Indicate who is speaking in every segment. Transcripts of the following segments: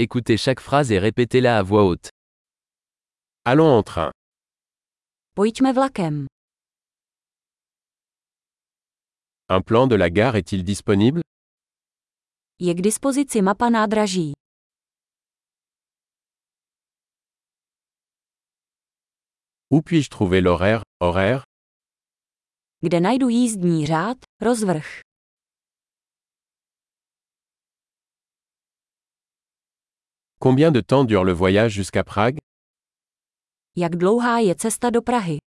Speaker 1: Écoutez chaque phrase et répétez-la à voix haute.
Speaker 2: Allons en train.
Speaker 3: Pojďme vlakem.
Speaker 2: Un plan de la gare est-il disponible
Speaker 3: Je k dispozici mapa nádraží.
Speaker 2: Où puis-je trouver l'horaire Horaire
Speaker 3: Kde najdu jízdní řád, rozvrh.
Speaker 2: Combien de temps dure le voyage jusqu'à Prague
Speaker 3: Jak dlouhá je cesta do Prahy?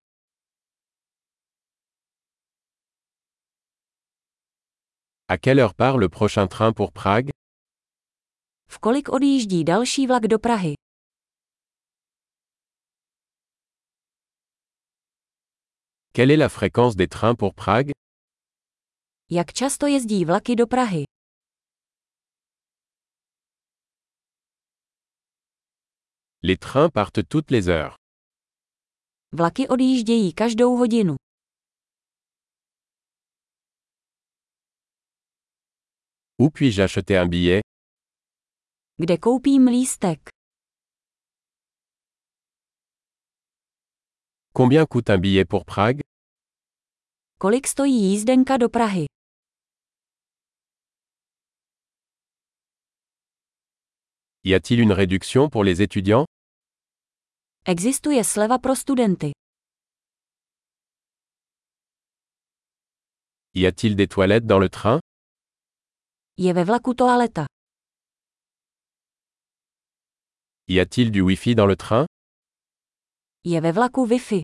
Speaker 2: À quelle heure part le prochain train pour Prague
Speaker 3: V kolik odjíždí další vlak do Prahy?
Speaker 2: Quelle est la fréquence des trains pour Prague
Speaker 3: Jak často jezdí vlaky do Prahy?
Speaker 2: Les trains partent toutes les heures.
Speaker 3: Vlaky odjíždějí každou hodinu.
Speaker 2: Où puis-je acheter un billet
Speaker 3: Kde koupím lístek?
Speaker 2: Combien coûte un billet pour Prague
Speaker 3: Kolik stojí jízdenka do Prahy?
Speaker 2: Y a-t-il une réduction pour les étudiants
Speaker 3: Existuje sleva pro studenty.
Speaker 2: Y a-t-il des toilettes dans le train
Speaker 3: Je ve vlaku toaleta.
Speaker 2: Y a-t-il du Wi-Fi dans le train
Speaker 3: Je ve vlaku Wi-Fi.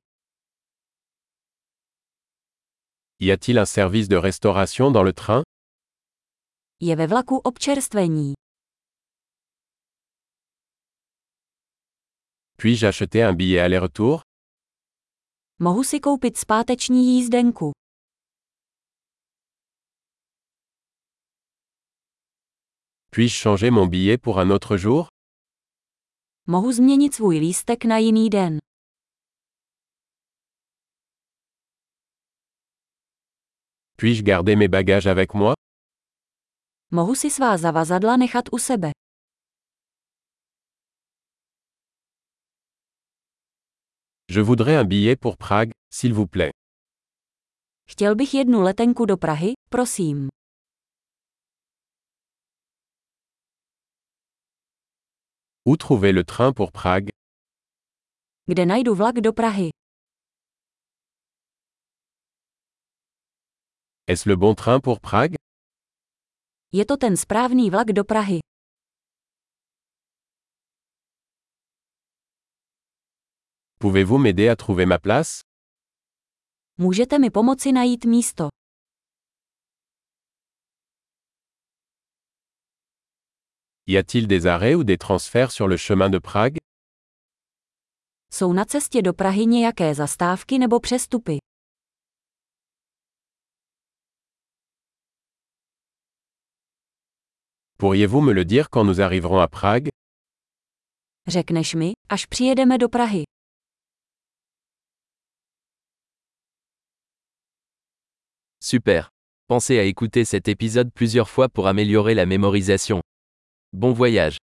Speaker 2: Y a-t-il un service de restauration dans le train
Speaker 3: Je ve vlaku občerstvení.
Speaker 2: Puis-je acheter un billet aller-retour
Speaker 3: Mohu si koupit zpáteční jízdenku.
Speaker 2: Puis-je changer mon billet pour un autre jour
Speaker 3: Mohu změnit svůj lístek na jiný den.
Speaker 2: Puis-je garder mes bagages avec moi
Speaker 3: Mohu si svá zavazadla nechat u sebe.
Speaker 2: Je voudrais un billet pour Prague, s'il vous plaît.
Speaker 3: Chtěl bych jednu letenku do Prahy, prosím.
Speaker 2: Où trouver le train pour Prague
Speaker 3: Kde najdu vlak do Prahy?
Speaker 2: Est-ce le bon train pour Prague
Speaker 3: Je to ten správný vlak do Prahy.
Speaker 2: Pouvez-vous m'aider à trouver ma place
Speaker 3: Můžete mi pomoci najít místo.
Speaker 2: Y a-t-il des arrêts ou des transferts sur le chemin de Prague
Speaker 3: Jsou na cestě do Prahy nějaké zastávky nebo přestupy?
Speaker 2: Pourriez-vous me le dire quand nous arriverons à Prague
Speaker 3: Řekneš mi, až přijedeme do Prahy.
Speaker 1: Super. Pensez à écouter cet épisode plusieurs fois pour améliorer la mémorisation. Bon voyage.